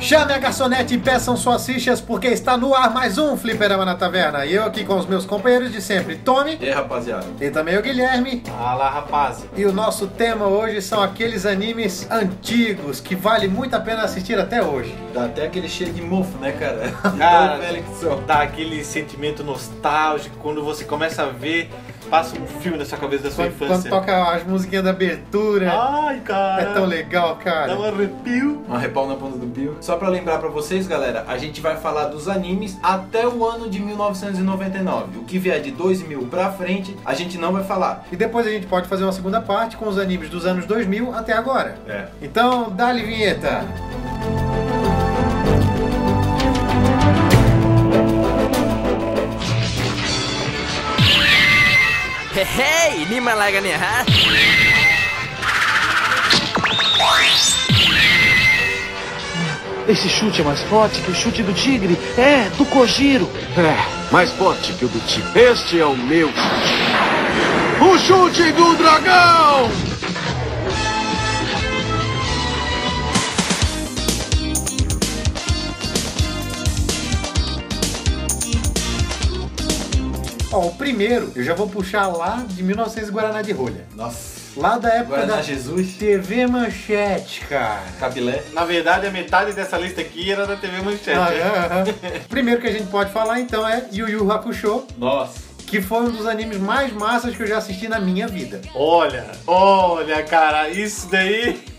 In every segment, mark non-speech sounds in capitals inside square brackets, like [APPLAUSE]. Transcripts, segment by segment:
Chame a garçonete e peçam suas fichas, porque está no ar mais um Fliperama na Taverna. E eu aqui com os meus companheiros de sempre, Tommy, E aí, rapaziada? e também o Guilherme. Ah Fala, rapaz. E o nosso tema hoje são aqueles animes antigos que vale muito a pena assistir até hoje. Dá até aquele cheiro de mofo, né, cara? [LAUGHS] De Cara. tão velho que são. Dá aquele sentimento nostálgico quando você começa a ver, passa um filme na sua cabeça da sua Quando, quando infância. Ah, toca as musiquinhas da abertura, Ai, cara. é tão legal, Dá um cara. arrepio. Um repau na ponta do pio. Só pra lembrar pra vocês, galera, a gente vai falar dos animes até o ano de 1999. O que vier de 2000 pra frente, a gente não vai falar. E depois a gente pode fazer uma segunda parte com os animes dos anos 2000 até agora. É. Então, dá-lhe vinheta. Hey, niemandlager nie, ha? Esse chute é mais forte que o chute do tigre. É, do Kojiro. É, mais forte que o do tigre. Este é o meu chute. O chute do dragão! Ó, o primeiro, eu já vou puxar lá de 1900 e Guaraná de Rolha. Nossa. Lá da época Guaraná da Jesus, TV Manchete, cara. Cabilé. Na verdade, a metade dessa lista aqui era da TV Manchete. Ah, ah, ah. Primeiro que a gente pode falar então é Yu Yu Hakusho, Nossa. que foi um dos animes mais massas que eu já assisti na minha vida. Olha, olha, cara, isso daí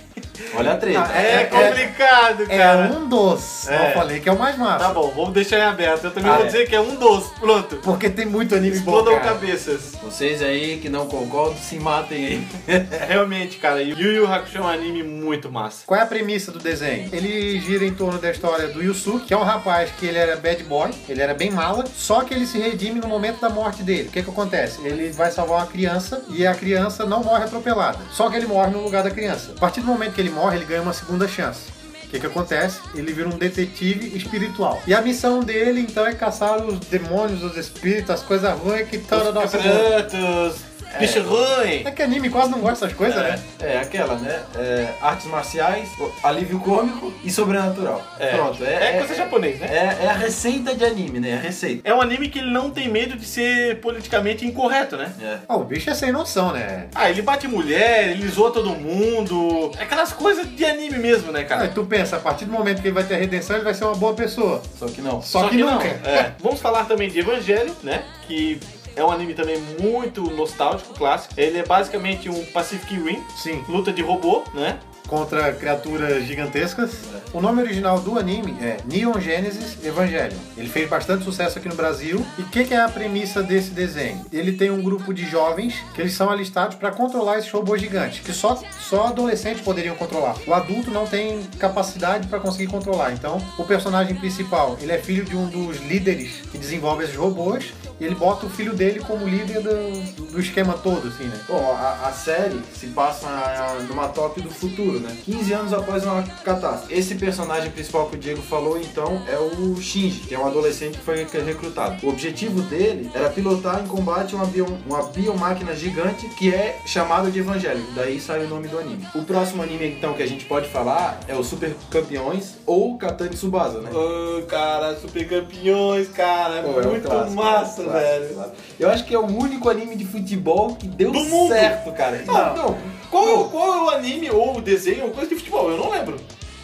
Olha a treta. Ah, é, É, complicado, É cara. um dos, É. eu falei que é o mais massa. Tá bom, vamos deixar em aberto. Eu também Ah, vou é. dizer que é um dos. Pronto. Porque tem muito anime bom, Explodam cara. cabeças. Vocês aí que não concordam, se matem aí. É, realmente, cara, Yu Yu Hakusho é um anime muito massa. Qual é a premissa do desenho? Ele gira em torno da história do Yusuke, que é um rapaz que ele era bad boy, ele era bem mala, só que ele se redime no momento da morte dele. O que que acontece? Ele vai salvar uma criança e a criança não morre atropelada, só que ele morre no lugar da criança. A partir do momento que ele morre, ele ganha uma segunda chance. O que, que acontece? Ele vira um detetive espiritual. E a missão dele, então, é caçar os demônios, os espíritos, as coisas ruins que estão na nossa vida. Cantos, bicho ruim. É que anime quase não gosta dessas coisas, né? É aquela, né? É, artes marciais, alívio cômico e sobrenatural. Pronto. É, coisa japonesa, né? É, é a receita de anime, né? É a receita. É um anime que ele não tem medo de ser politicamente incorreto, né? É. Ah, o bicho é sem noção, né? Ah, ele bate mulher, ele zoa todo mundo. É aquelas coisas de anime mesmo, né, Aí É, cara? tu pensa, a partir do momento que ele vai ter a redenção, ele vai ser uma boa pessoa. Só que não. Só, que, não. nunca. É. Vamos falar também de Evangelho, né? Que é um anime também muito nostálgico, clássico. Ele é basicamente um Pacific Rim, Sim, luta de robô, né? contra criaturas gigantescas. O nome original do anime é Neon Genesis Evangelion. Ele fez bastante sucesso aqui no Brasil. E o que, que é a premissa desse desenho? Ele tem um grupo de jovens que eles são alistados para controlar esses robôs gigantes, que só, só adolescentes poderiam controlar. O adulto não tem capacidade para conseguir controlar. Então, o personagem principal, ele é filho de um dos líderes que desenvolve esses robôs. E ele bota o filho dele como líder do, do esquema todo, assim, né? Bom, a, a série se passa ah, numa top do futuro, né? 15 anos após uma catástrofe. Esse personagem principal que o Diego falou, então, é o Shinji, que é um adolescente que foi recrutado. O objetivo dele era pilotar em combate uma, bio, uma biomáquina gigante que é chamada de Evangelho. Daí sai o nome do anime. O próximo anime, então, que a gente pode falar é o Super Campeões ou Capitã de Tsubasa, né? Ô, cara, super campeões, cara. Pô, é um muito clássico, é um massa, clássico, velho. clássico. Eu acho que é o único anime de futebol que deu Do mundo. certo, cara. Não. não. Qual, qual é o anime ou o desenho ou coisa de futebol? Eu não lembro.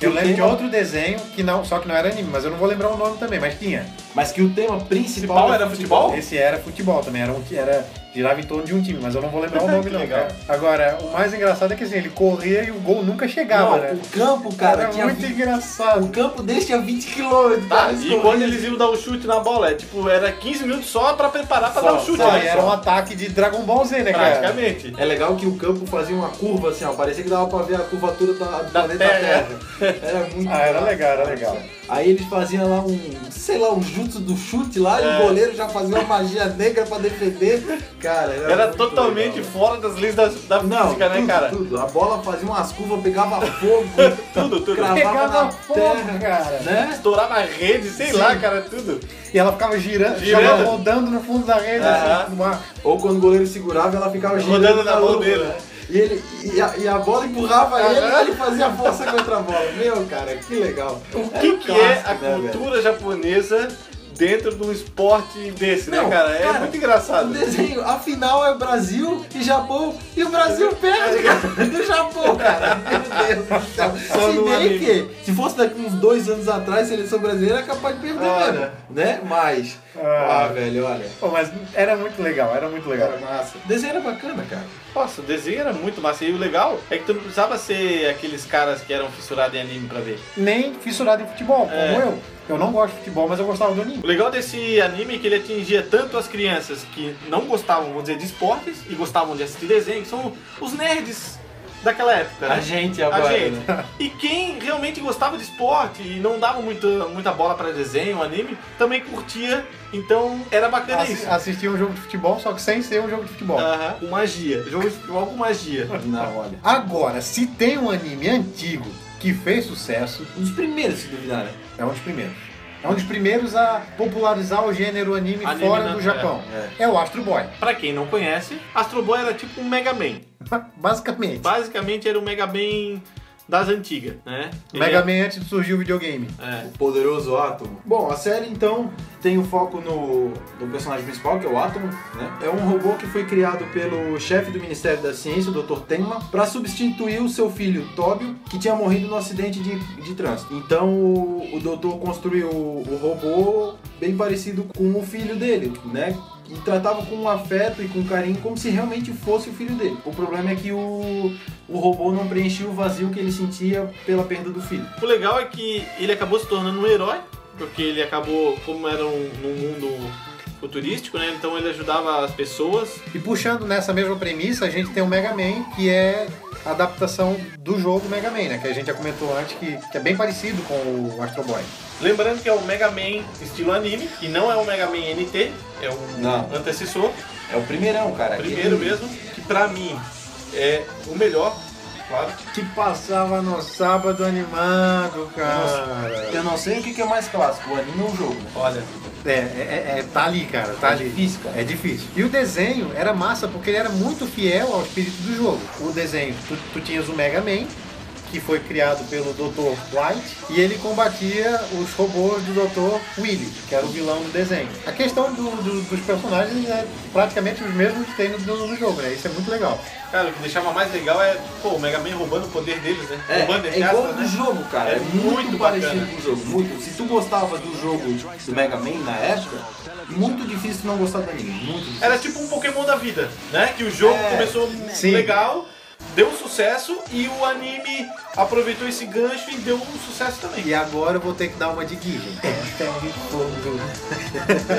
Eu Eu lembro de tenho- outro desenho que não, só que não era anime, mas eu não vou lembrar o nome também, mas tinha. Mas que o tema Principal principal era Oh. futebol? Esse era futebol também, era um que era girava em torno de um time, mas eu não vou lembrar o é nome Que não, legal. cara. Agora, o mais engraçado é que assim, ele corria e o gol nunca chegava, Não, né? o campo, cara, era tinha muito 20 engraçado. O campo desse tinha 20 km. Tá, e quando eles iam dar o chute na bola, é tipo, era 15 minutos só pra preparar pra Só, dar o chute. Só, né? e era um ataque de Dragon Ball Z, né, cara? Praticamente. É legal que o campo fazia uma curva assim, ó. Parecia que dava pra ver a curvatura da, do planeta Terra. Terra. Era muito Ah, era massa, legal, era cara. legal. Aí eles faziam lá um, sei lá, um jutsu do chute lá É. e o goleiro já fazia uma magia negra pra defender. Cara, era, Era muito totalmente legal. fora das leis da, da Não, física, né, tudo, cara? tudo. A bola fazia umas curvas, pegava fogo, [LAUGHS] Tudo, tudo. cravava Pegava na fogo, terra, cara. né? Estourava a rede, sei Sim. lá, cara, tudo. E ela ficava girando, Girando. ficava rodando no fundo da rede, assim, Aham. no ar. Ou quando o goleiro segurava, ela ficava girando Rodando na mão lua, dele. né? E, ele, e, a, e a bola empurrava ele e ele fazia força contra a bola. Meu, cara, que legal. né, O que, que é a cultura japonesa dentro de um esporte desse, Não, né, cara? É cara, muito O engraçado. Um desenho, a final é Brasil e Japão, e o Brasil perde, cara, do Japão, cara. Meu Deus do céu. Só se no bem anime. que, se fosse daqui uns dois anos atrás, a seleção brasileira é capaz de perder Olha. mesmo, né? Mas, ah, Ah. velho, olha. Pô, mas era muito legal, era muito legal. Era massa. O desenho era bacana, cara. Nossa, o desenho era muito massa. E o legal é que tu não precisava ser aqueles caras que eram fissurados em anime pra ver. Nem fissurado em futebol, como É. eu. Eu não gosto de futebol, mas eu gostava do anime. O legal desse anime é que ele atingia tanto as crianças que não gostavam, vamos dizer, de esportes e gostavam de assistir desenho, que são os nerds daquela época, né? gente A gente. E quem realmente gostava de esporte e não dava muito, muita bola pra desenho, anime, também curtia, então era bacana Assi- isso. assistia um jogo de futebol, só que sem ser um jogo de futebol. Aham, com magia. Jogo de futebol com magia. Não, olha. Agora, se tem um anime antigo que fez sucesso, Um dos primeiros, se duvidar, né? é um dos primeiros. É um dos primeiros a popularizar o gênero anime, Anime fora na- do Japão. É. o Astro Boy. [LAUGHS] Pra quem não conhece, Astro Boy era tipo um Mega Man. Basicamente. Basicamente era o Mega Man das antigas, né? Ele Mega Man antes de surgir o videogame. É. O poderoso Átomo. Bom, a série então tem o foco no, no personagem principal, que é o Átomo, né? É um robô que foi criado pelo chefe do Ministério da Ciência, o Dr. Tenma, para substituir o seu filho Tóbio, que tinha morrido no acidente de, de trânsito. Então o, o doutor construiu o, o robô bem parecido com o filho dele, né? E tratava com um afeto e com carinho como se realmente fosse o filho dele. O problema é que o, o robô não preenchia o vazio que ele sentia pela perda do filho. O legal é que ele acabou se tornando um herói, porque ele acabou, como era um, num mundo futurístico, né? Então ele ajudava as pessoas. E puxando nessa mesma premissa, a gente tem o Mega Man, que é a adaptação do jogo Mega Man, né? Que a gente já comentou antes, que, que é bem parecido com o Astro Boy. Lembrando que é o Mega Man estilo anime, que não é o Mega Man NT, é o Não. antecessor, É o primeirão, cara. primeiro Aquele mesmo, que pra mim é o melhor, claro. Que passava no sábado animado, cara. Eu não sei o que que é mais clássico, o anime ou o jogo. né? Olha, É, é, é, tá ali, cara, tá É ali. difícil, cara. É difícil. E o desenho era massa porque ele era muito fiel ao espírito do jogo. O desenho, tu, tu tinhas o Mega Man, que foi criado pelo Dr. White, e ele combatia os robôs do Dr. Willy, que era o vilão do desenho. A questão do- do- dos personagens é praticamente os mesmos que tem no, no jogo, né? Isso é muito legal. cara, o que deixava mais legal é, pô, o Mega Man roubando o poder deles, né? roubando É, é entre igual aspas, do jogo, cara. É, É muito, muito parecido bacana. com o jogo. Muito. Se tu gostava do jogo do Mega Man na época, muito difícil tu não gostar do anime. Muito difícil. Era tipo um Pokémon da vida, né? Que o jogo É, começou sim. legal, deu um sucesso e o anime aproveitou esse gancho e deu um sucesso também. E agora eu vou ter que dar uma de Guilherme. É, [LAUGHS] um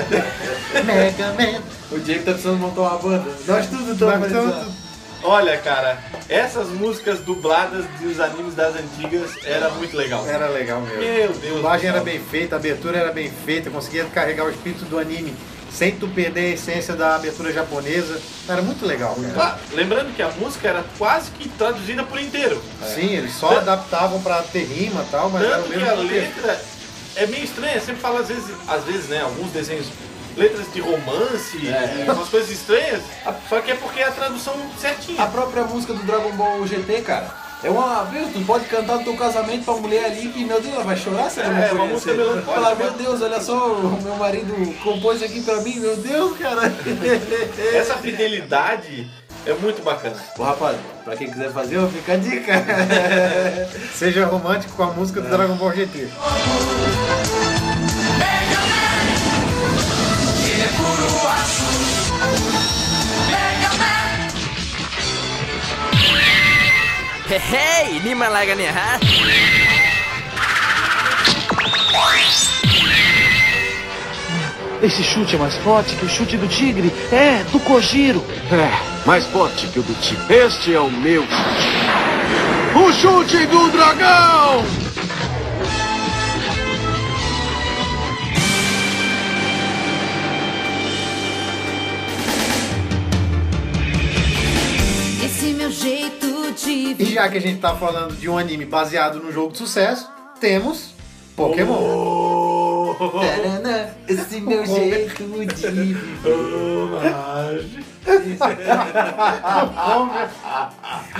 Mega Man. O Diego tá precisando montar uma banda. Nós tudo Mas estamos então, precisando. Olha, cara, essas músicas dubladas dos animes das antigas era muito legal. Era legal mesmo. Meu A Deus. dublagem do era céu. bem feita, a abertura era bem feita, conseguia carregar o espírito do anime sem tu perder a essência da abertura japonesa. Era muito legal, cara. Ah, lembrando que a música era quase que traduzida por inteiro. É. Sim, eles só Tan- adaptavam pra ter rima e tal, Ah, é, mas era o Tanto que mesmo a contexto. letra é meio estranha, sempre fala às vezes, às vezes, né, alguns desenhos, letras de romance, É. umas coisas estranhas, só que é porque é a tradução certinha. A própria música do Dragon Ball GT, cara. É uma. Viu? Tu pode cantar no teu casamento pra mulher ali que, meu Deus, ela vai chorar se ela É, não uma conhecer. música melancólica. Fala, meu Deus, olha só, o meu marido compôs aqui pra mim, meu Deus, cara. Essa fidelidade é muito bacana. Ô rapaz, pra quem quiser fazer, ó, fica a [LAUGHS] dica. Seja romântico com a música do Dragon Ball GT. Hei, ni malaga ni ha? Esse chute é mais forte que o chute do tigre. É, do Kojiro. É, mais forte que o do tigre. Este é o meu chute. O chute do dragão! Esse meu jeito de E viver. já que a gente tá falando de um anime baseado num jogo de sucesso, temos Pokémon. Taraná, Esse meu jeito de viver. Homenagem. Homer.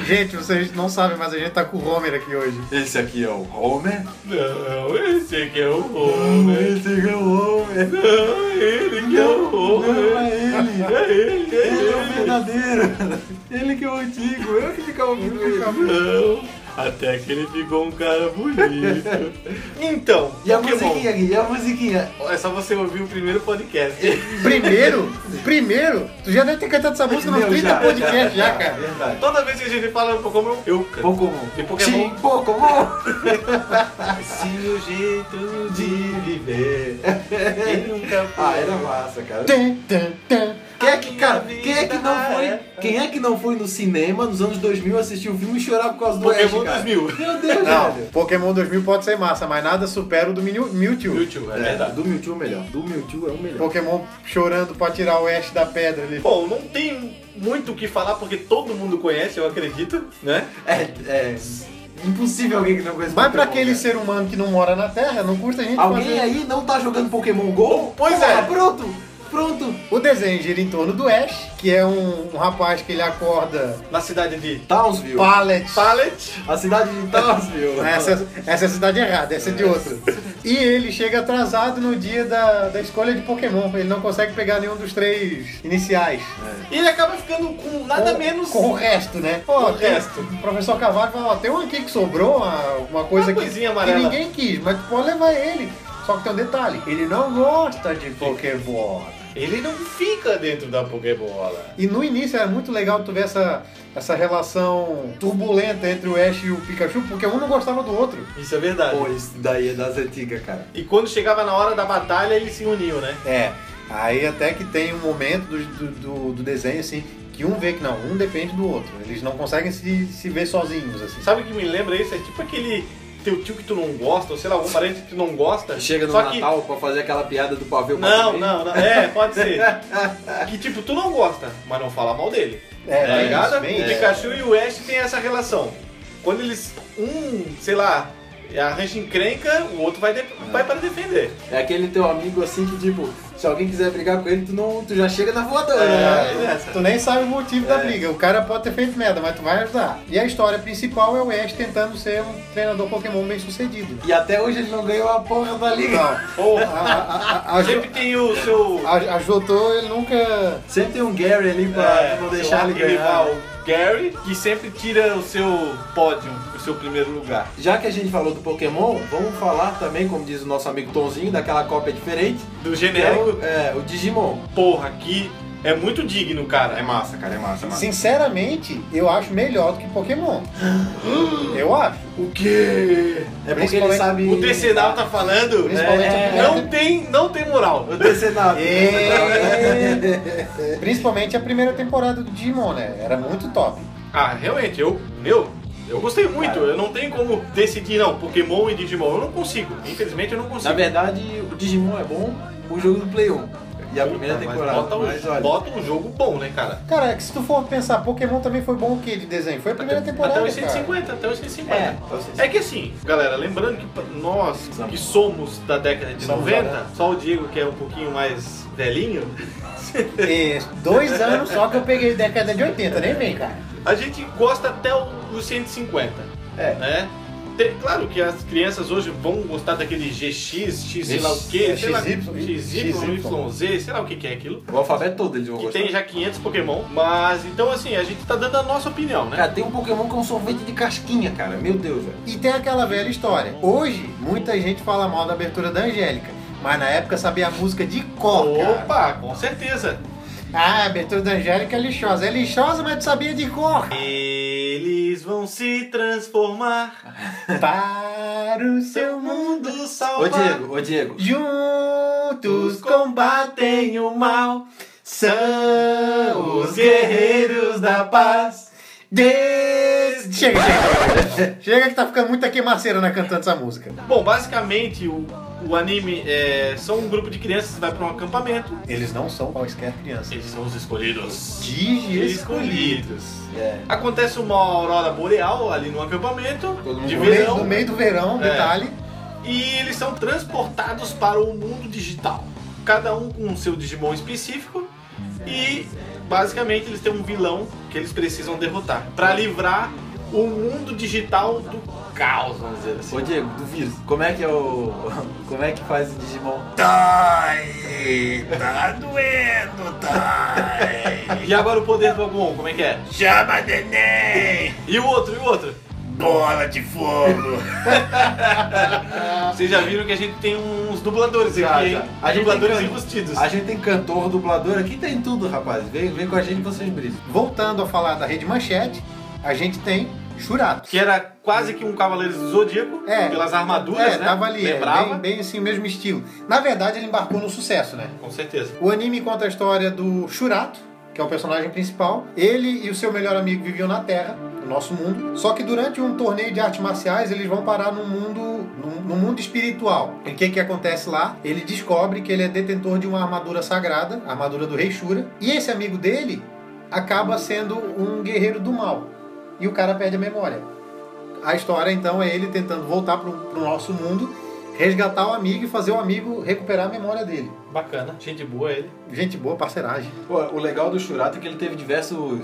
Gente, vocês não sabem, mas a gente tá com o Homer aqui hoje. Esse aqui é o Homer. Não, esse aqui é o Homer. Esse é o Homer. Não, ele que é o Homer. ele. É ele, é Ele é o ele. verdadeiro. Ele que é o antigo. Eu que ficava ouvindo ele. Não, até que ele ficou um cara bonito. Então, E a Pokémon. musiquinha, Gui? E a musiquinha? É só você ouvir o primeiro podcast. Primeiro, primeiro, tu já deve ter cantado essa música nos Meu, 30 podcasts já, cara. [LAUGHS] Verdade. [LAUGHS] Toda vez que a gente fala em Pokémon, eu canto. Pokémon. E Pokémon? Sim, Pokémon. Esse é o jeito de [LAUGHS] viver. Quem nunca Ah, era massa, cara. Tum, tum, tum. Quem é A que, minha cara, quem é que vida não foi, é- quem é que não foi no cinema nos anos 2000 assistir o filme e chorar por causa do Pokémon Ash, cara? 2000. Meu Deus, Não, velho. Pokémon 2000 pode ser massa, mas nada supera o do Minu- Mewtwo. YouTube, é É, verdade. do Mewtwo é o melhor. Do Mewtwo é o melhor. Pokémon chorando pra tirar o Ash da pedra ali. Bom, não tem muito o que falar porque todo mundo conhece, eu acredito, né? É, é impossível alguém que não conhece Mas pra Pokémon, aquele cara. ser humano que não mora na Terra, não custa a gente Alguém fazer. aí não tá jogando Pokémon GO? Pois Porra, é. Pronto, pronto. O desenho gira em torno do Ash, que é um, um rapaz que ele acorda Na cidade de Townsville. pallet. Pallet. A cidade de [LAUGHS] Townsville. Essa, essa é a cidade errada, essa é de outra. E ele chega atrasado no dia da, da escolha de Pokémon. Ele não consegue pegar nenhum dos três iniciais. É. E ele acaba ficando com nada Com- menos. Com o resto, né? Ó, o tem- resto. O professor Cavaco fala, ó, tem um aqui que sobrou, uma, uma coisa Ah, que, coisinha que amarela. ninguém quis, mas tu pode levar ele. Só que tem um detalhe, ele não gosta de Pokébola. Ele não fica dentro da Pokébola. E no início era muito legal tu ver essa, essa relação turbulenta entre o Ash e o Pikachu, porque um não gostava do outro. Isso é verdade. Pô, isso daí é das antigas, cara. E quando chegava na hora da batalha, eles se uniam, né? É, aí até que tem um momento do, do, do- do desenho, assim, que um vê que não, um depende do outro. Eles não conseguem se, se ver sozinhos, assim. Sabe o que me lembra isso? É tipo aquele teu tio que tu não gosta, ou sei lá, algum parente que tu não gosta. Chega no só que- Natal pra fazer aquela piada do pavê. Não, não, não. É, pode ser. que tipo, tu não gosta, mas não fala mal dele. É, tá bem ligado? isso, bem o isso. Pikachu e o Ash têm essa relação. Quando eles, um, sei lá, arranja encrenca, o outro vai, de- vai para defender. É aquele teu amigo assim que, tipo, se alguém quiser brigar com ele, tu, não, tu já chega na voadora. É, né? essa. Tu nem sabe o motivo É. da briga. O cara pode ter feito merda, mas tu vai ajudar. E a história principal é o Ash tentando ser um treinador Pokémon bem sucedido. é. E até hoje ele não ganhou a porra da liga. Não, a, Porra, a, a, a, Jo- sempre tem o seu. a- a Jotô, ele nunca. Sempre tem um Gary ali pra é, não seu deixar ele ganhar. rival Gary, que sempre tira o seu pódio, o seu primeiro lugar. Já que a gente falou do Pokémon, vamos falar também, como diz o nosso amigo Tonzinho, daquela cópia diferente. Do que é genérico, o, é, o Digimon. porra, aqui é muito digno, cara. É massa, cara, é massa, Sinceramente, eu acho melhor do que [GASPS] Pokémon. eu acho. O quê? É porque ele Principalmente- sabe. O TCDAO tá falando, Principalmente é, o não, tem, não tem moral. O TCW. É. Principalmente a primeira temporada do Digimon, né? Era muito top. Ah, realmente, eu, meu, eu gostei muito. Eu não tenho como decidir, não, Pokémon e Digimon. Eu não consigo. Infelizmente, eu não [LAUGHS] consigo. Na verdade, o Digimon é bom, o jogo do Play 1. E a primeira Puta, mas temporada. Bota, um, mas olha, bota um jogo bom, né, cara? Cara, é que se tu for pensar, Pokémon também foi bom o que de desenho? Foi a primeira temporada, até os cara. 150, até os 150. É, até os 150. É que assim, galera, lembrando que pra- nós que somos da década de Somos 90, jovens. só o Diego que é um pouquinho mais velhinho, É, dois anos só que eu peguei década de 80, nem vem, cara. a gente gosta até o- os 150. É. Né? Tem- claro que as crianças hoje vão gostar daquele GX, X, sei lá o que, É, sei lá, XY, XY, YZ, sei lá o que, que é aquilo. o alfabeto todo eles vão Que gostar. tem já 500 Pokémon, mas então assim, a gente tá dando a nossa opinião, né? Cara, tem um Pokémon que é um sorvete de casquinha, cara. Meu Deus, velho. E tem aquela velha história. Hoje, muita gente fala mal da abertura da Angélica. Mas na época sabia a música de cor, cara. Opa, com certeza. Ah, a abertura da Angélica é lixosa. É lixosa, mas tu sabia de cor. Eles vão se transformar Para o seu seu mundo, mundo Ô salvar. Diego, ô Diego. juntos Os combatem o mal. São os guerreiros da paz. Des... Chega, chega. chega que tá ficando muito aqui marceira na cantando essa música. Bom, basicamente o, o anime é são um grupo de crianças que vai pra um acampamento. Eles não são quaisquer crianças. Eles são os escolhidos. Digi escolhido. É. Acontece uma aurora boreal ali no acampamento Todo mundo de No meio, verão. no meio do verão, É. detalhe. e eles são transportados para o mundo digital. Cada um com o seu Digimon específico e basicamente eles têm um vilão que eles precisam derrotar para livrar o mundo digital do caos, vamos dizer assim. Ô Diego, do vírus, como é que é o. [LAUGHS] Como é que faz o Digimon? Dói, tá doendo, dói. E agora o poder do Agumon, como é que é? Chama neném, E o outro, e o outro? bola de fogo. Vocês já viram que a gente tem uns dubladores Já, aqui, já. hein? A gente dubladores tem- embustidos. A gente tem cantor, dublador, aqui tem tudo, rapaz. Vem, vem com a gente e vocês brilham. Voltando a falar da Rede Manchete, a gente tem Churato. Que era quase que um Cavaleiro do Zodíaco, É. pelas armaduras, É, né? tava ali, é, Lembrava. bem, bem assim, o mesmo estilo. Na verdade, ele embarcou no sucesso, né? Com certeza. O anime conta a história do Shurato, que é o personagem principal. Ele e o seu melhor amigo viviam na Terra, no nosso mundo. Só que durante um torneio de artes marciais, eles vão parar num mundo, num, num mundo espiritual. E o que que acontece lá? Ele descobre que ele é detentor de uma armadura sagrada, a armadura do Rei Shura. E esse amigo dele acaba sendo um guerreiro do mal. E o cara perde a memória. A história então é ele tentando voltar para o nosso mundo, resgatar o amigo e fazer o amigo recuperar a memória dele. Bacana. Gente boa ele. Gente boa, parceragem. Pô, o legal do Churato é que ele teve diversos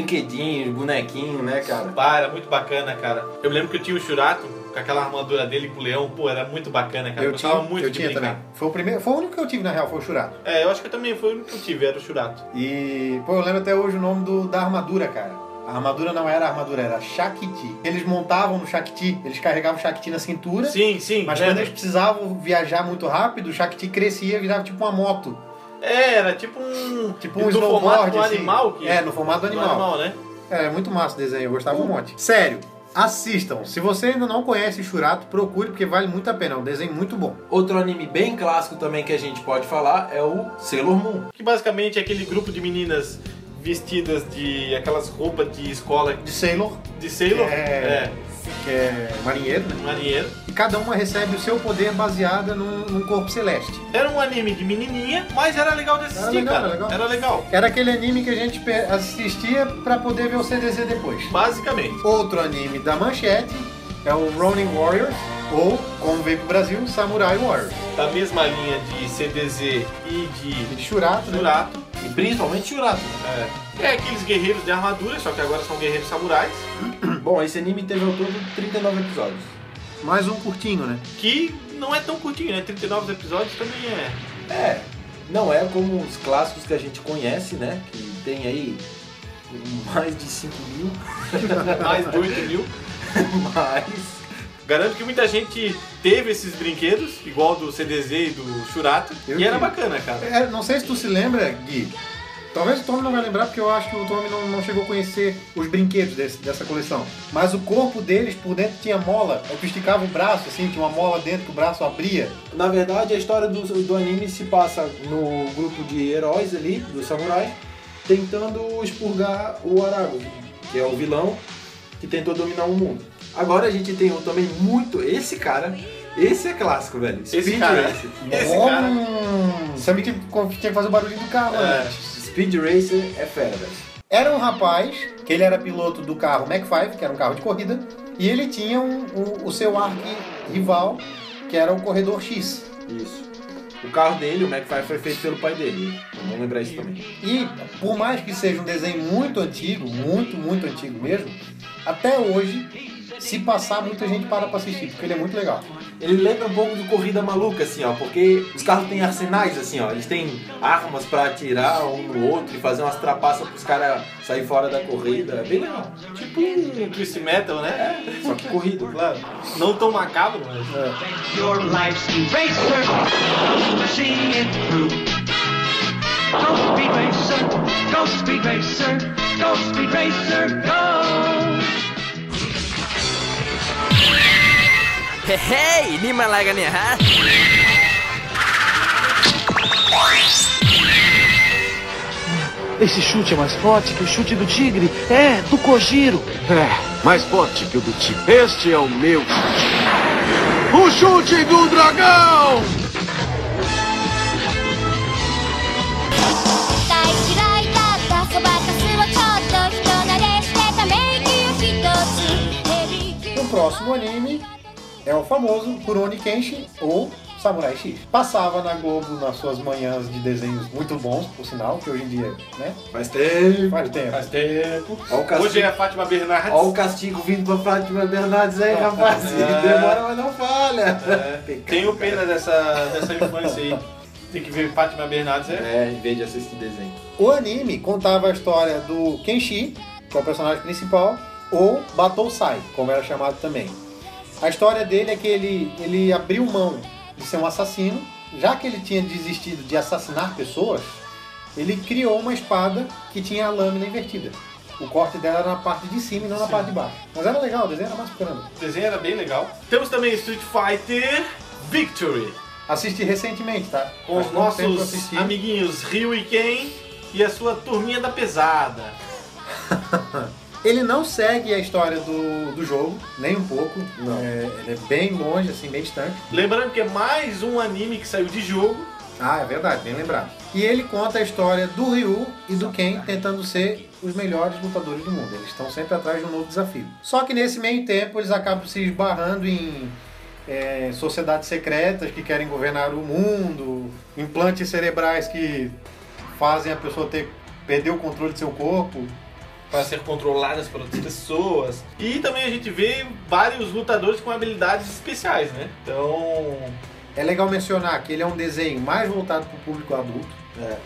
brinquedinhos, bonequinhos, né, cara? Para, muito bacana, cara. Eu lembro que eu tinha o Shurato com aquela armadura dele com o leão. Pô, era muito bacana, cara. Eu gostava tinha, muito eu de tinha brincar. também. Foi o primeiro, foi o único que eu tive na real, foi o Churato. É, eu acho que eu também foi o único que eu tive, era o Shurato. E, pô, eu lembro até hoje o nome do, da armadura, cara. A armadura não era armadura, era Shakti. Eles montavam no Shakti, eles carregavam o Shakti na cintura. Sim, sim. Né? né? Mas quando lembra? eles precisavam viajar muito rápido, o Shakti crescia e virava tipo uma moto. É, era tipo um. Tipo um do formato snowboard, do assim. animal. Que... É, no formato do do animal. né? É, é muito massa o desenho, eu gostava um monte. Sério, assistam. Se você ainda não conhece Churato, procure, porque vale muito a pena. É um desenho muito bom. Outro anime bem clássico também que a gente pode falar é o Sailor Moon. Que basicamente é aquele grupo de meninas vestidas de aquelas roupas de escola De Sailor, de Sailor. É. é um que é marinheiro, né? marinheiro. E cada uma recebe o seu poder baseada num, num corpo celeste. Era um anime de menininha, mas era legal de assistir, legal, cara. era legal. legal, Era aquele anime que a gente pe- assistia pra poder ver o CDZ depois. basicamente. Outro anime da manchete é o Ronin Warriors, ou, como veio pro Brasil, Samurai Warriors. Da mesma linha de CDZ e de De Shurato, né? Jurato. E principalmente Churato. É. é aqueles guerreiros de armadura, só que agora são guerreiros samurais. [CLEARS THROAT] Bom, esse anime teve ao todo 39 episódios. Mais um curtinho, né? Que não é tão curtinho, né? 39 episódios também [LAUGHS] é. É, não é como os clássicos que a gente conhece, né? Que tem aí mais de 5 mil, [LAUGHS] Mais de 8 mil. mas... Garanto que muita gente teve esses brinquedos, igual do CDZ e do Shurato. Eu e era tive. bacana, cara. É, não sei se tu se lembra, Gui. Talvez o Tommy não vai lembrar, porque eu acho que o Tommy não, não chegou a conhecer os brinquedos desse- dessa coleção. Mas o corpo deles, por dentro, tinha mola. Eu esticava o braço, assim, tinha uma mola dentro que o braço abria. Na verdade, a história do, do anime se passa no grupo de heróis ali, dos samurais, tentando expurgar o Arago, que é o vilão que tentou dominar o mundo. Agora a gente tem um também muito. Esse cara, esse é clássico, velho. Esse cara. Racer. [LAUGHS] Esse cara- É. Hum, Sabia que tinha que fazer o barulhinho do carro, né? Speed Racer é fera, velho. Era um rapaz que ele era piloto do carro Mac 5, que era um carro de corrida, e ele tinha um- o- o seu arqui-rival, que era o Corredor X. Isso. O carro dele, o McFly, foi feito pelo pai dele. Vamos lembrar isso também. E por mais que seja um desenho muito antigo, muito, muito antigo mesmo, até hoje, se passar, muita gente para pra assistir, porque ele é muito legal. Ele lembra um pouco do Corrida Maluca, assim, ó, porque os carros têm arsenais, assim, ó. Eles têm armas pra atirar um no outro e fazer umas trapaças pros caras sair fora da corrida. É bem legal. É, Tipo um twist metal, né? Só que corrida, claro. Claro. Não tão macabro, mas. É. Your life's eraser. See it through. Go speed racer. Go speed racer. Go speed racer. Go. Hei, ni malaga ni ha? Esse chute é mais forte que o chute do tigre. É, do Kojiro. É, mais forte que o do time. Este é o meu chute. O chute do dragão! 大嫌いだったそばかすをちょっと人慣れしてため息をひとつヘビー級 O próximo anime é o famoso Kuroni Kenshin ou Samurai X. Passava na Globo nas suas manhãs de desenhos muito bons, por sinal, que hoje em dia, né? Faz tempo. Faz tempo. Faz tempo. Ó o castigo. Hoje é a Fátima Bernardes. Ó o castigo vindo pra Fátima Bernardes aí, rapaz. [LAUGHS] É. Demora, mas não falha. Tenho pena dessa, dessa infância aí. Tem que ver Fátima Bernardes. É. É, em vez de assistir desenho. O anime contava a história do Kenshi, que é o personagem principal, ou Batousai, como era chamado também. A história dele é que ele, ele abriu mão de ser um assassino, já que ele tinha desistido de assassinar pessoas, ele criou uma espada que tinha a lâmina invertida. O corte dela era na parte de cima e não na parte de baixo. Mas era legal, o desenho era mais bacana. O desenho era bem legal. Temos também Street Fighter Victory. Assisti recentemente, tá? Com Faz os pouco tempo que eu nossos assisti. amiguinhos Ryu e Ken e a sua turminha da pesada. Ele não segue a história do, do jogo, nem um pouco. É, ele é bem longe, assim, bem distante. Lembrando que é mais um anime que saiu de jogo. Ah, é verdade, bem lembrado. E ele conta a história do Ryu e do Ken tentando ser os melhores lutadores do mundo. Eles estão sempre atrás de um novo desafio. Só que nesse meio tempo eles acabam se esbarrando em é, sociedades secretas que querem governar o mundo, implantes cerebrais que fazem a pessoa ter perder o controle do seu corpo. para ser controladas por outras pessoas. E também a gente vê vários lutadores com habilidades especiais, né? Então, É legal mencionar que ele é um desenho mais voltado para o público adulto. É.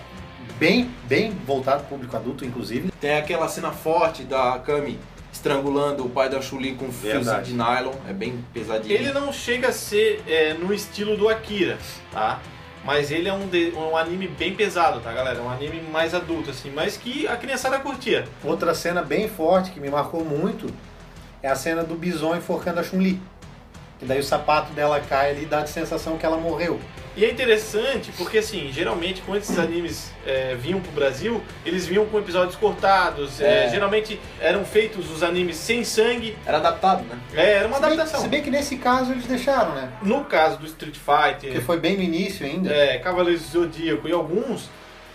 Bem, bem voltado para o público adulto, inclusive. Tem aquela cena forte da Kami estrangulando o pai da Chuli com um fio Verdade. de nylon. É bem pesadinho. ele não chega a ser é, no estilo do Akira, tá? Mas ele é um, de- um anime bem pesado, tá, galera? É Um anime mais adulto, assim, mas que a criançada curtia. Outra cena bem forte que me marcou muito é a cena do Bison enforcando a Chun-Li. Que daí o sapato dela cai ali e dá a sensação que ela morreu. E é interessante porque, assim, geralmente quando esses animes é, vinham pro Brasil, eles vinham com episódios cortados. é, É. geralmente eram feitos os animes sem sangue. Era adaptado, né? É, era uma se, bem, adaptação. se bem que nesse caso eles deixaram, né? No caso do Street Porque Fighter, foi bem no início ainda. é, Cavaleiros do Zodíaco e alguns,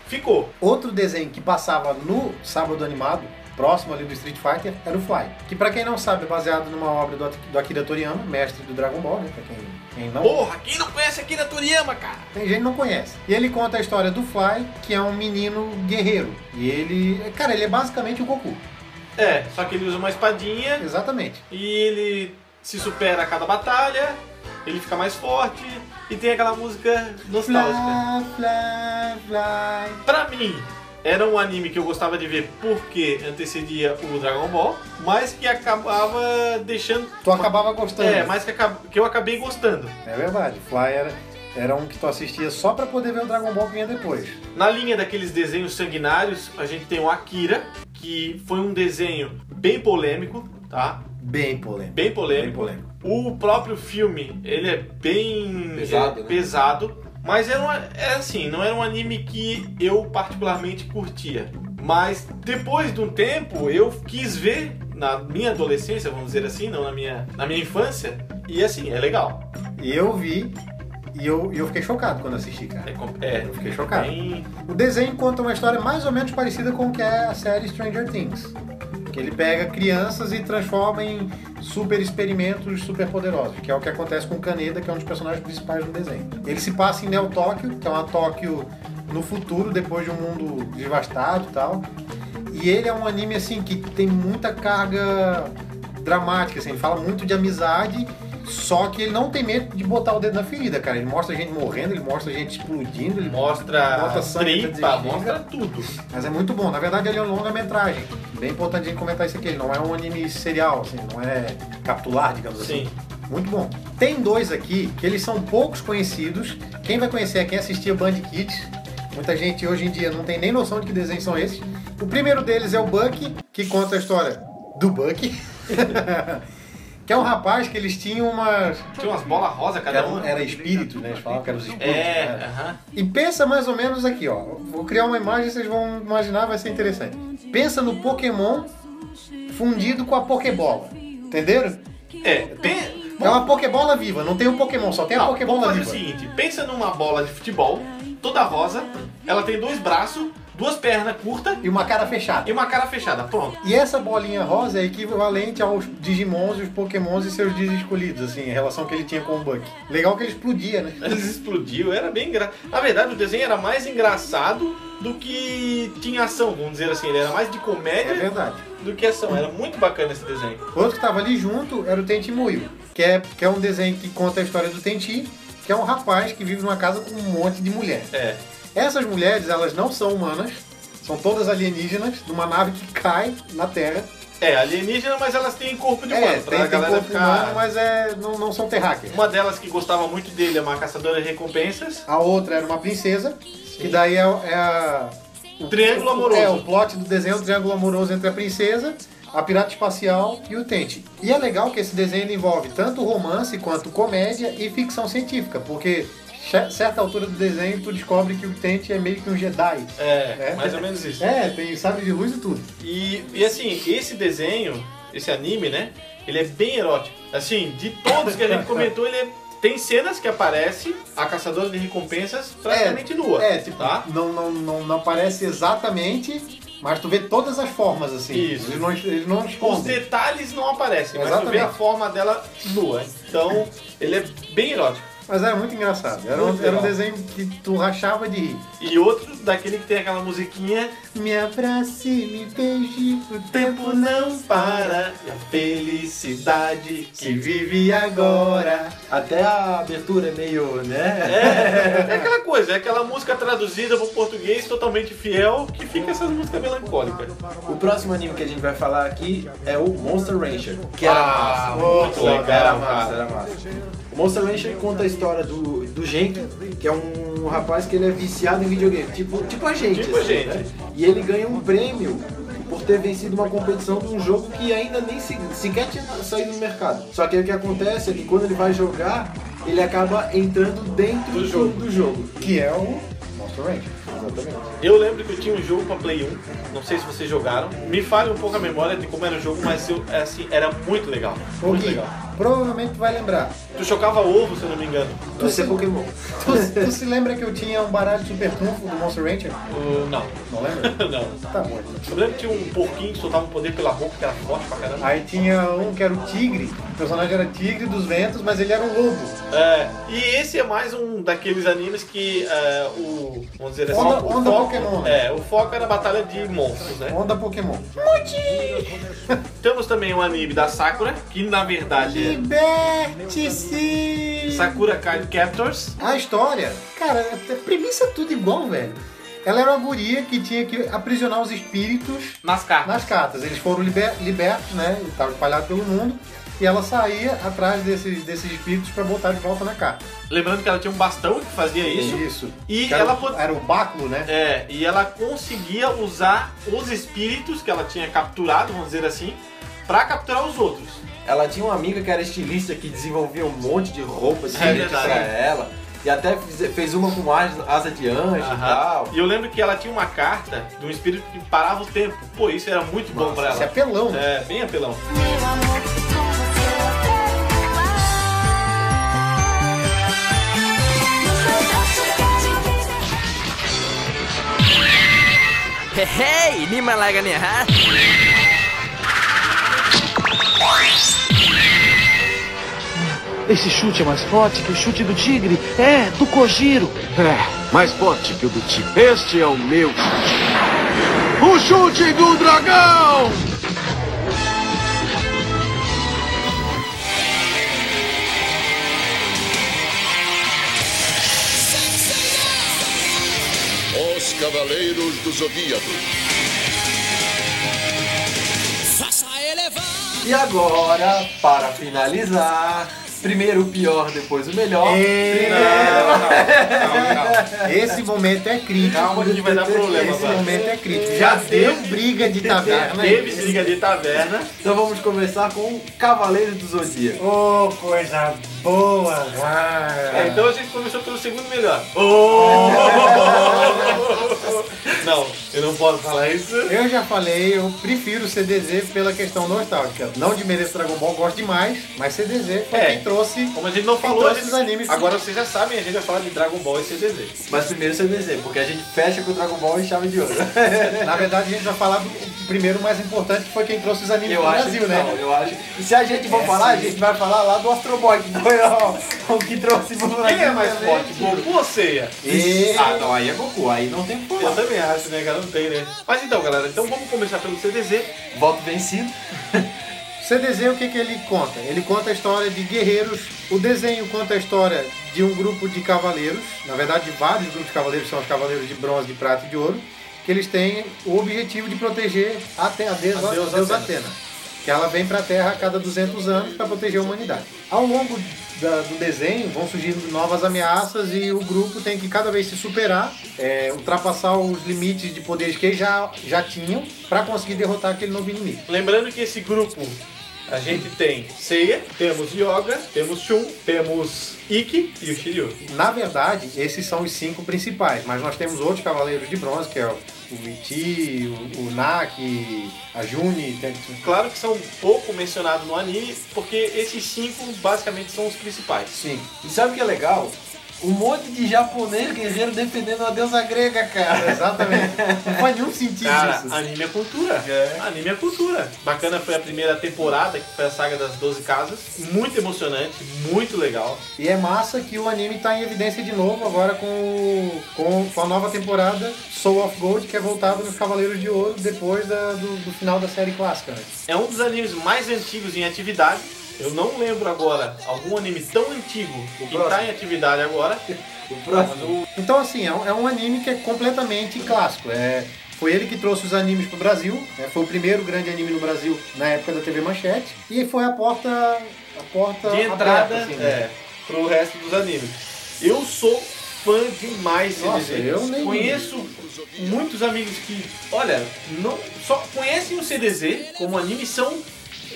ficou. Outro desenho que passava no sábado animado, próximo ali do Street Fighter, era o Fly. Que pra quem não sabe, é baseado numa obra do, Ak- do Akira Toriyama, mestre do Dragon Ball, né? Pra quem, quem não Porra, quem não conhece aqui na Toriyama, cara? Tem gente que não conhece. E ele conta a história do Fly, que é um menino guerreiro. E ele. Cara, ele é basicamente o Goku. É, só que ele usa uma espadinha Exatamente. e ele se supera a cada batalha, ele fica mais forte e tem aquela música nostálgica. fly, fly. Pra mim, era um anime que eu gostava de ver porque antecedia o Dragon Ball, mas que acabava deixando. Tu acabava gostando. É, mas que, acab- que eu acabei gostando. É verdade. Fly era, era um que tu assistia só pra poder ver o Dragon Ball que vinha depois. Na linha daqueles desenhos sanguinários, a gente tem o Akira, que foi um desenho bem polêmico, tá? Bem polêmico. Bem Bem polêmico. polêmico. O próprio filme, ele é bem Pesado, é, né? pesado, mas era, uma- era assim, não era um anime que eu particularmente curtia. Mas depois de um tempo, eu quis ver na minha adolescência, vamos dizer assim, não na minha, na minha infância, e assim, é legal. E eu vi. E eu, e eu fiquei chocado quando assisti, É, cara. com- é, Eu fiquei chocado. bem- O desenho conta uma história mais ou menos parecida com o que é a série Stranger Things. Que ele pega crianças e transforma em super experimentos super poderosos, que é o que acontece com o Kaneda, que é um dos personagens principais do desenho. Ele se passa em Neo Tóquio, que é uma Tóquio no futuro, depois de um mundo devastado e tal. E ele é um anime assim que tem muita carga dramática, assim, ele fala muito de amizade, só que ele não tem medo de botar o dedo na ferida, cara. Ele mostra gente morrendo, ele mostra gente explodindo, ele Mostra, Bota sangue, tripa, desliga. mostra tudo. mas é muito bom. Na verdade, ele é uma longa-metragem. Bem importante a gente comentar isso aqui. Ele não é um anime serial, assim, não é capitular, digamos assim. Sim. Muito bom. Tem dois aqui que eles são poucos conhecidos. Quem vai conhecer é quem assistia Band Kids. Muita gente hoje em dia não tem nem noção de que desenhos são esses. O primeiro deles é o Buck, que conta a história do Buck. [LAUGHS] que é um rapaz que eles tinham umas. Tinha umas bolas rosa cada um, Era, um- uma. era espírito, né? Eles falavam que eram os espíritos. É, né? aham. E pensa mais ou menos aqui, ó. Vou criar uma imagem, vocês vão imaginar, vai ser interessante. Pensa no Pokémon fundido com a Pokébola. Entenderam? É, pe- É uma Pokébola viva, não tem um Pokémon, só tem a Não, vamos Pokébola fazer assim. o viva. seguinte: pensa numa bola de futebol, toda rosa, ela tem dois braços, duas pernas curtas e uma cara fechada. E uma cara fechada, pronto. E essa bolinha rosa é equivalente aos Digimons e os Pokémons e seus desescolhidos, assim, a relação que ele tinha com o Buck. Legal que ele explodia, né? Eles [LAUGHS] explodiu, era bem engraçado. Na verdade, o desenho era mais engraçado do que tinha ação, vamos dizer assim. Ele era mais de É comédia verdade. do que ação. Era muito bacana esse desenho. Outro que tava ali junto era o Tenti Muyo, que é, que é um desenho que conta a história do Tenti, que é um rapaz que vive numa casa com um monte de mulher. É. Essas mulheres, elas não são humanas, são todas alienígenas, de uma nave que cai na Terra. É, alienígena, mas elas têm corpo de humano, É, pra tem, a tem galera corpo ficar. humano, mas é, não, não são terráqueas. Uma delas que gostava muito dele é uma caçadora de recompensas. A outra era uma princesa, que daí é, é a... O Um triângulo amoroso. É, o plot do desenho é o triângulo amoroso entre a princesa, a pirata espacial e o Tente. E é legal que esse desenho ele envolve tanto romance quanto comédia e ficção científica, porque che- certa altura do desenho tu descobre que o Tente é meio que um Jedi. É, É. mais ou menos isso. É, tem sabre de luz e tudo. E, e assim, esse desenho, esse anime, né? Ele é bem erótico. Assim, de todos que a gente comentou, ele é- tem cenas que aparece a caçadora de recompensas praticamente nua. É, tipo, tá? não, não, não, não aparece exatamente, mas tu vê todas as formas, assim. Isso. Eles não, eles não Os escondem. detalhes não aparecem, mas tu vê a Exatamente. forma dela nua. Então, ele é bem erótico. Mas era muito engraçado. Era, Muito um, era um legal. desenho que tu rachava de rir. E outro daquele que tem aquela musiquinha Me abrace, me beije, o Tempo não para, e a felicidade que vive agora. Até a abertura é meio, né? É, é aquela coisa, é aquela música traduzida pro português totalmente fiel que fica essas músicas melancólicas. O próximo anime que a gente vai falar aqui é o Monster Ranger. Que Ah, muito legal, Era cara. massa, era massa. O Monster Ranger conta a história do, do Genki, que é um rapaz que ele é viciado em videogame. Tipo, tipo a gente. Tipo a gente. E ele ganha um prêmio por ter vencido uma competição de um jogo que ainda nem se, sequer tinha saído no mercado. Só que aí o que acontece é que quando ele vai jogar, ele acaba entrando dentro do, jogo. do jogo. Que é o Monster Ranger. Eu lembro que eu tinha um jogo pra Play 1, não sei se vocês jogaram. Me falha um pouco a memória de como era o jogo, mas eu, é assim, era muito legal. O Muito Gui, legal. provavelmente tu vai lembrar. Tu chocava ovo, se eu não me engano. Você é Pokémon. Tu, tu se lembra que eu tinha um baralho super trunfo do Monster Ranger? Uh, não. Não lembra? [LAUGHS] não. Tá bom. então. Eu lembro que tinha um porquinho que soltava um poder pela boca que era forte pra caramba. Aí tinha um que era o Tigre. O personagem era Tigre dos Ventos, mas ele era um lobo. Ah. É, e esse é mais um daqueles animes que é, o. Vamos dizer assim. Onda- o onda foco, Pokémon, né? É, o foco era a batalha de monstros, né? Onda Pokémon. Temos também um anime da Sakura, que na verdade é Liberte-se! Sakura Card Captors. A história, cara, a premissa é tudo igual, velho. Ela era uma guria que tinha que aprisionar os espíritos Nas cartas. nas cartas. Eles foram liber- libertos, né? E estavam espalhados pelo mundo. E ela saía atrás desses, desses espíritos para botar de volta na carta. Lembrando que ela tinha um bastão que fazia isso. E Que era, ela pod- era o báculo, né? É, e ela conseguia usar os espíritos que ela tinha capturado, vamos dizer assim, pra capturar os outros. Ela tinha uma amiga que era estilista que desenvolvia um monte de roupas É diferentes pra verdade. ela. E até fiz- fez uma com asa asa de anjo e Aham. tal. Tá? E eu lembro que ela tinha uma carta de um espírito que parava o tempo. Pô, isso era muito bom pra Esse ela. apelão, né? É, bem apelão. Meu amor, com você eu quero voar. No seu braço quero te beijar. Hei, ni malaga ni ha? Esse chute é mais forte que o chute do tigre. É, do Kojiro. É, mais forte que o do time. Este é o meu chute. O chute do dragão! Os Cavaleiros do Zodíaco. E agora, para finalizar, primeiro o pior, depois o melhor. É. É. Esse momento é crítico. Calma que vai dar problema Esse agora. momento é crítico. Já deu briga de taverna. né? Teve se liga de taverna. Então vamos começar com o Cavaleiro do Zodíaco. Oh, coisa boa! Ah. É, então a gente começou pelo segundo melhor. Oh! [LAUGHS] Não, eu não posso falar isso. Eu já falei, eu prefiro CDZ pela questão nostálgica. Não de mereço Dragon Ball, gosto demais, mas CDZ foi É. quem trouxe. Como a gente não falou, a trouxe gente, os [LAUGHS] animes. agora vocês já sabem, a gente vai falar de Dragon Ball e CDZ. Mas primeiro CDZ, porque a gente fecha com o Dragon Ball e chave de ouro. Na verdade, a gente vai falar do primeiro mais importante, que foi quem trouxe os animes Eu pro acho Brasil, que né? não, eu acho. E se a gente for É, falar, sim. a gente vai falar lá do Astro Boy, que foi ó, o que trouxe pro Brasil. Quem é mais também. forte, Goku ou Seiya? E- Ah, não, aí é Goku, aí não tem o que Eu falar. também acho, né, cara? Não tem, né? Mas então, galera, então vamos começar pelo CDZ. Voto vencido. CDZ, o que, que ele conta? Ele conta a história de guerreiros, o desenho conta a história de um grupo de cavaleiros, na verdade de vários grupos de cavaleiros, são os cavaleiros de bronze, de prata e de ouro, que eles têm o objetivo de proteger a, te- a deusa, A a deusa deusa Atena. Atena, que ela vem para a Terra a cada 200 anos para proteger a humanidade. Ao longo da- do desenho vão surgindo novas ameaças e o grupo tem que cada vez se superar, é, ultrapassar os limites de poderes que já, já tinham para conseguir derrotar aquele novo inimigo. Lembrando que esse grupo a gente tem Seiya, temos Yoga, temos Shun, temos Ikki e o Shiryu. Na verdade, esses são os cinco principais, mas nós temos outros cavaleiros de bronze, que é o o Iti, o, o Nak, a Juni, tem- Claro que são pouco mencionados no anime, porque esses cinco basicamente são os principais. sim. E sabe o que é legal? Um monte de japonês guerreiro defendendo a deusa grega, cara. Exatamente. Não faz nenhum sentido Cara, isso. anime é cultura. É. Anime é cultura. Bacana foi a primeira temporada, que foi a saga das 12 casas. Muito emocionante, muito legal. E é massa que o anime está em evidência de novo agora com, o- com, com a nova temporada Soul of Gold, que é voltada nos Cavaleiros de Ouro depois da- do, do final da série clássica. né? É um dos animes mais antigos em atividade. Eu não lembro agora algum anime tão antigo que próximo. está em atividade agora. O próximo. Então, assim, é um, é um anime que é completamente clássico. É, foi ele que trouxe os animes pro Brasil. né? foi o primeiro grande anime no Brasil na época da TV Manchete. E foi a porta. A porta de entrada aberta, assim, né? é, pro resto dos animes. Eu sou fã demais de Nossa, CDZ. eu nem- Conheço muitos amigos que, olha, não só conhecem o CDZ como anime e são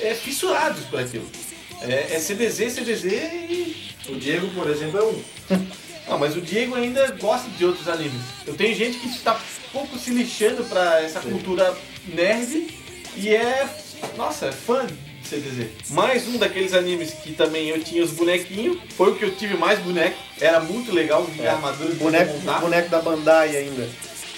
é, fissurados por aquilo. É, é CDZ, CDZ e. O Diego, por exemplo, é um. Não, mas o Diego ainda gosta de outros animes. Eu tenho gente que está pouco se lixando pra essa cultura nerd e é, nossa, é fã de CDZ. Mais um daqueles animes que também eu tinha os bonequinhos, foi o que eu tive mais boneco, era muito legal, um de armadura de É. Boneco, montar. boneco da Bandai ainda.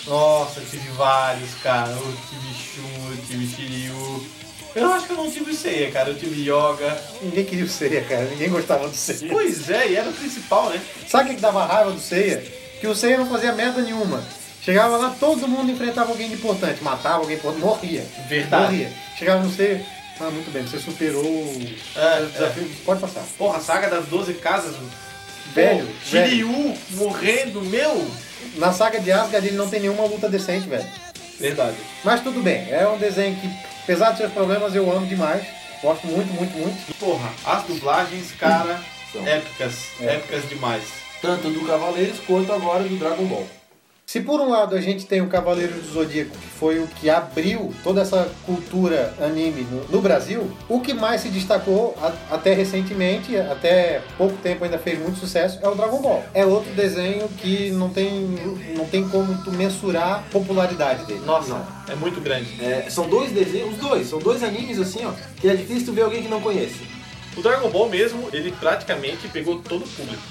Nossa, eu tive vários, cara. Eu tive Shun, eu tive Shiryu. Eu acho que eu não tive Seiya, cara. Eu tive Yoga. Ninguém queria o Seiya, cara. Ninguém gostava do Seiya. Pois é, e era o principal, né? Sabe o que que dava raiva do Seiya? Que o Seiya não fazia merda nenhuma. Chegava lá, todo mundo enfrentava alguém de importante, matava alguém importante, morria. Verdade. Morria. Chegava no Seiya, ah, muito bem, você superou o É, o desafio, pode passar. Porra, a saga das 12 casas. mano. Velho, Pô, Shiryu morrendo, meu. Na saga de Asgard ele não tem nenhuma luta decente, velho. Verdade. Mas tudo bem, é um desenho que, apesar dos seus problemas, eu amo demais. Gosto muito, muito, muito. Porra, as dublagens, cara, São. épicas, É. épicas demais. Tanto do Cavaleiros quanto agora do Dragon Ball. Se por um lado a gente tem o Cavaleiro do Zodíaco, que foi o que abriu toda essa cultura anime no, no Brasil, o que mais se destacou a- até recentemente, até pouco tempo ainda fez muito sucesso, é o Dragon Ball. É outro desenho que não tem, não tem como tu mensurar a popularidade dele. Nossa, é muito grande. É, são dois desenhos, os dois, são dois animes assim, ó, que é difícil tu ver alguém que não conhece. O Dragon Ball mesmo, ele praticamente pegou todo o público.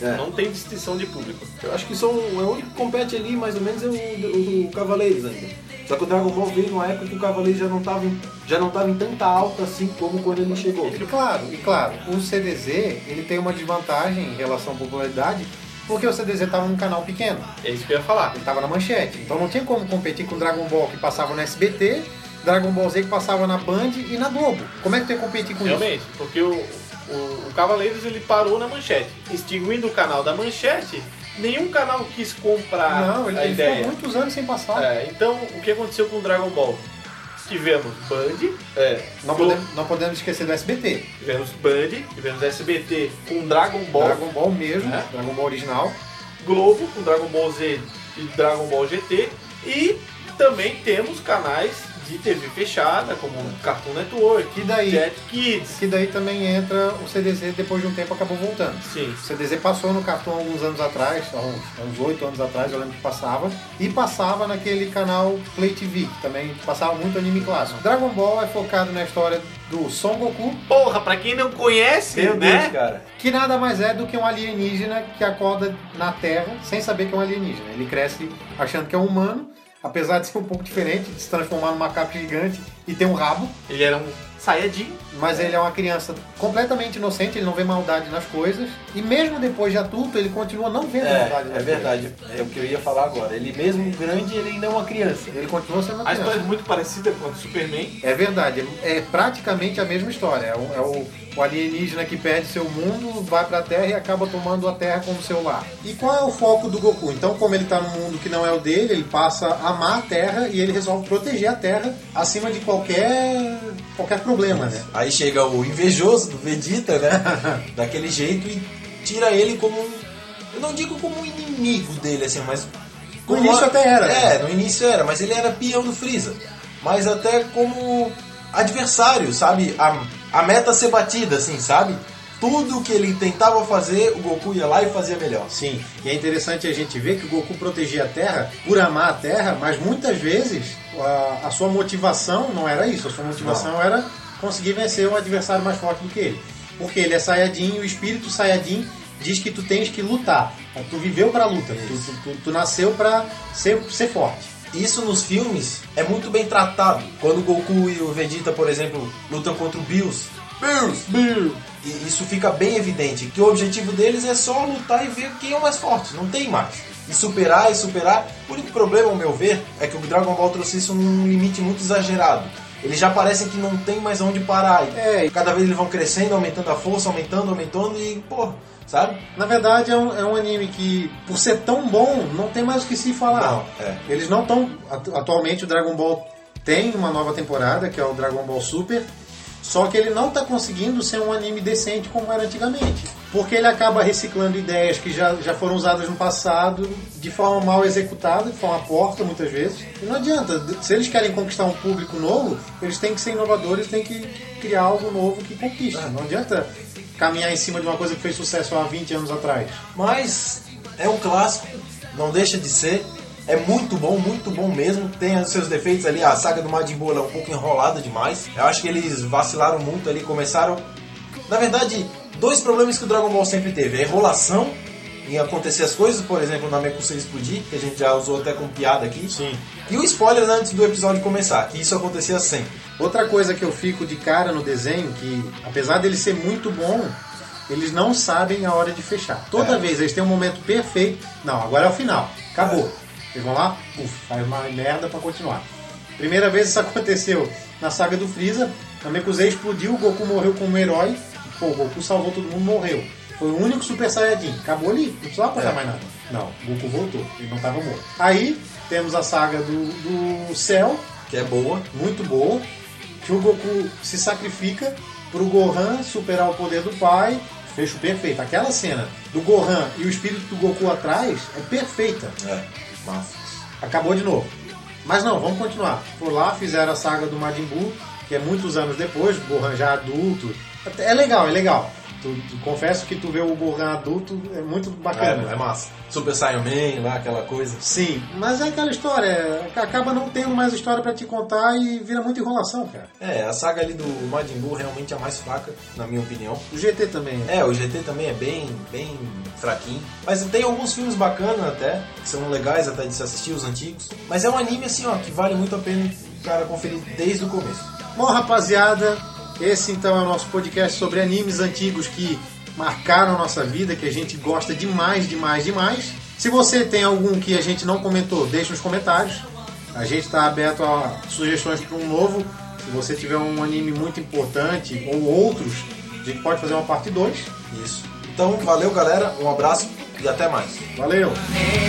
É. Não tem distinção de público. Eu acho que são, é o único que compete ali, mais ou menos, é o, o, o Cavaleiros ainda. Só que o Dragon Ball veio numa época que o Cavaleiros já não tava em, já não tava em tanta alta assim como quando ele chegou. E claro, e claro, o CDZ ele tem uma desvantagem em relação à popularidade, porque o CDZ estava num canal pequeno, É isso que eu ia falar. ele estava na manchete, então não tinha como competir com o Dragon Ball que passava no SBT, Dragon Ball Z que passava na Band e na Globo. Como é que tu ia competir com isso? Realmente, porque o, o, o Cavaleiros ele parou na manchete. Extinguindo o canal da manchete, nenhum canal quis comprar Não, ele, a ele ideia. ficou muitos anos sem passar. É, então, o que aconteceu com o Dragon Ball? Tivemos Band, é, Não, Glo- podemos, não podemos esquecer do SBT. tivemos Band, tivemos SBT com Dragon Ball, Dragon Ball mesmo, É. Dragon Ball original. Globo com Dragon Ball Z e Dragon Ball GT, e também temos canais de TV fechada, como Cartoon Network, que daí, Jet Kids. Que daí também entra o CDZ, depois de um tempo acabou voltando. Sim. O CDZ passou no Cartoon alguns anos atrás, há uns- há uns oito anos atrás, eu lembro que passava. E passava naquele canal Play TV, que também passava muito anime clássico. Dragon Ball é focado na história do Son Goku, Porra, pra quem não conhece, Meu né? Deus, cara. que nada mais é do que um alienígena que acorda na Terra sem saber que é um alienígena. Ele cresce achando que é um humano, apesar de ser um pouco diferente, de se transformar num macaco gigante e ter um rabo. Ele era um Saiyajin. Mas ele é uma criança completamente inocente, ele não vê maldade nas coisas. E mesmo depois de adulto, ele continua não vendo maldade nas É, é coisas. verdade. É o que eu ia falar agora. Ele mesmo grande, ele ainda é uma criança. Ele continua sendo uma A história é criança. muito parecida com a do Superman. É verdade, é praticamente a mesma história. É o, é o- o alienígena que perde seu mundo, vai pra Terra e acaba tomando a Terra como seu lar. E qual é o foco do Goku? Então, como ele tá num mundo que não é o dele, ele passa a amar a Terra e ele resolve proteger a Terra acima de qualquer, qualquer problema, né? Aí chega o invejoso do Vegeta, né? [LAUGHS] Daquele jeito e tira ele como um. Eu não digo como um inimigo dele, assim, mas. No como- início até era. É, no início era, mas ele era peão do Freeza. Mas até como adversário, sabe? A, a meta a ser batida, assim, sabe? Tudo que ele tentava fazer, o Goku ia lá e fazia melhor. Sim, e é interessante a gente ver que o Goku protegia a Terra por amar a Terra, mas muitas vezes a, a sua motivação não era isso, a sua motivação era conseguir vencer um adversário mais forte do que ele. Porque ele é Saiyajin e o espírito Saiyajin diz que tu tens que lutar. Tu viveu pra luta, tu, tu- tu- tu nasceu pra ser, ser forte. Isso nos filmes é muito bem tratado. Quando o Goku e o Vegeta, por exemplo, lutam contra o Bills. Bills! Bills! E isso fica bem evidente, que o objetivo deles é só lutar e ver quem é o mais forte, não tem mais. E superar e superar. O único problema, ao meu ver, é que o Dragon Ball trouxe isso num limite muito exagerado. Eles já parecem que não tem mais onde parar. É, E cada vez eles vão crescendo, aumentando a força, aumentando, aumentando e, pô, sabe? Na verdade, é um, é um anime que, por ser tão bom, não tem mais o que se falar. Não, é. Eles não estão. Atualmente, o Dragon Ball tem uma nova temporada, que é o Dragon Ball Super. Só que ele não está conseguindo ser um anime decente como era antigamente. Porque ele acaba reciclando ideias que já, já foram usadas no passado, de forma mal executada, de forma porca muitas vezes. E não adianta, se eles querem conquistar um público novo, eles têm que ser inovadores, têm que criar algo novo que conquiste. É. Não adianta caminhar em cima de uma coisa que fez sucesso há 20 anos atrás. Mas é um clássico, não deixa de ser. É muito bom, muito bom mesmo. Tem os seus defeitos ali, a saga do Majin Buu ela é um pouco enrolada demais. Eu acho que eles vacilaram muito ali, começaram. Na verdade, dois problemas que o Dragon Ball sempre teve: a enrolação em acontecer as coisas, por exemplo, na Mekusei explodir, que a gente já usou até como piada aqui. Sim. E o spoiler antes do episódio começar, que isso acontecia sempre. Outra coisa que eu fico de cara no desenho, que apesar dele ser muito bom, eles não sabem a hora de fechar. Toda É. vez eles têm um momento perfeito. Não, agora é o final. Acabou. É. Eles vão lá, puf, faz uma merda pra continuar. Primeira vez isso [LAUGHS] aconteceu na saga do Freeza. A Mekusei explodiu, o Goku morreu como um herói. Pô, o Goku salvou todo mundo, morreu. Foi o único Super Saiyajin. Acabou ali, não precisava passar É. mais nada. Não, o Goku voltou, ele não tava morto. Aí temos a saga do, do Cell, Que é boa. muito boa, que o Goku se sacrifica pro Gohan superar o poder do pai. Fecho perfeito. Aquela cena do Gohan e o espírito do Goku atrás é perfeita. É, massa. Acabou de novo. Mas não, vamos continuar. Por lá fizeram a saga do Majin Buu, que é muitos anos depois, o Gohan já adulto. Até- É legal, é legal. Tu, tu- confesso que tu vê o Gohan adulto é muito bacana. É, é massa. Super Saiyan Man lá, aquela coisa. Sim, mas é aquela história, é- acaba não tendo mais história pra te contar e vira muita enrolação, cara. É, a saga ali do Majin Buu realmente é a mais fraca, na minha opinião. O GT também. É, o GT também é bem, bem fraquinho. Mas tem alguns filmes bacanas até, que são legais até de se assistir, os antigos. Mas é um anime assim, ó, que vale muito a pena o cara conferir Tá desde o começo. Bom, rapaziada, esse então é o nosso podcast sobre animes antigos que marcaram a nossa vida, que a gente gosta demais, demais, demais. Se você tem algum que a gente não comentou, deixa nos comentários. A gente está aberto a sugestões para um novo. Se você tiver um anime muito importante ou outros, a gente pode fazer uma parte 2. Isso. Então, valeu galera, um abraço e até mais. Valeu! Thank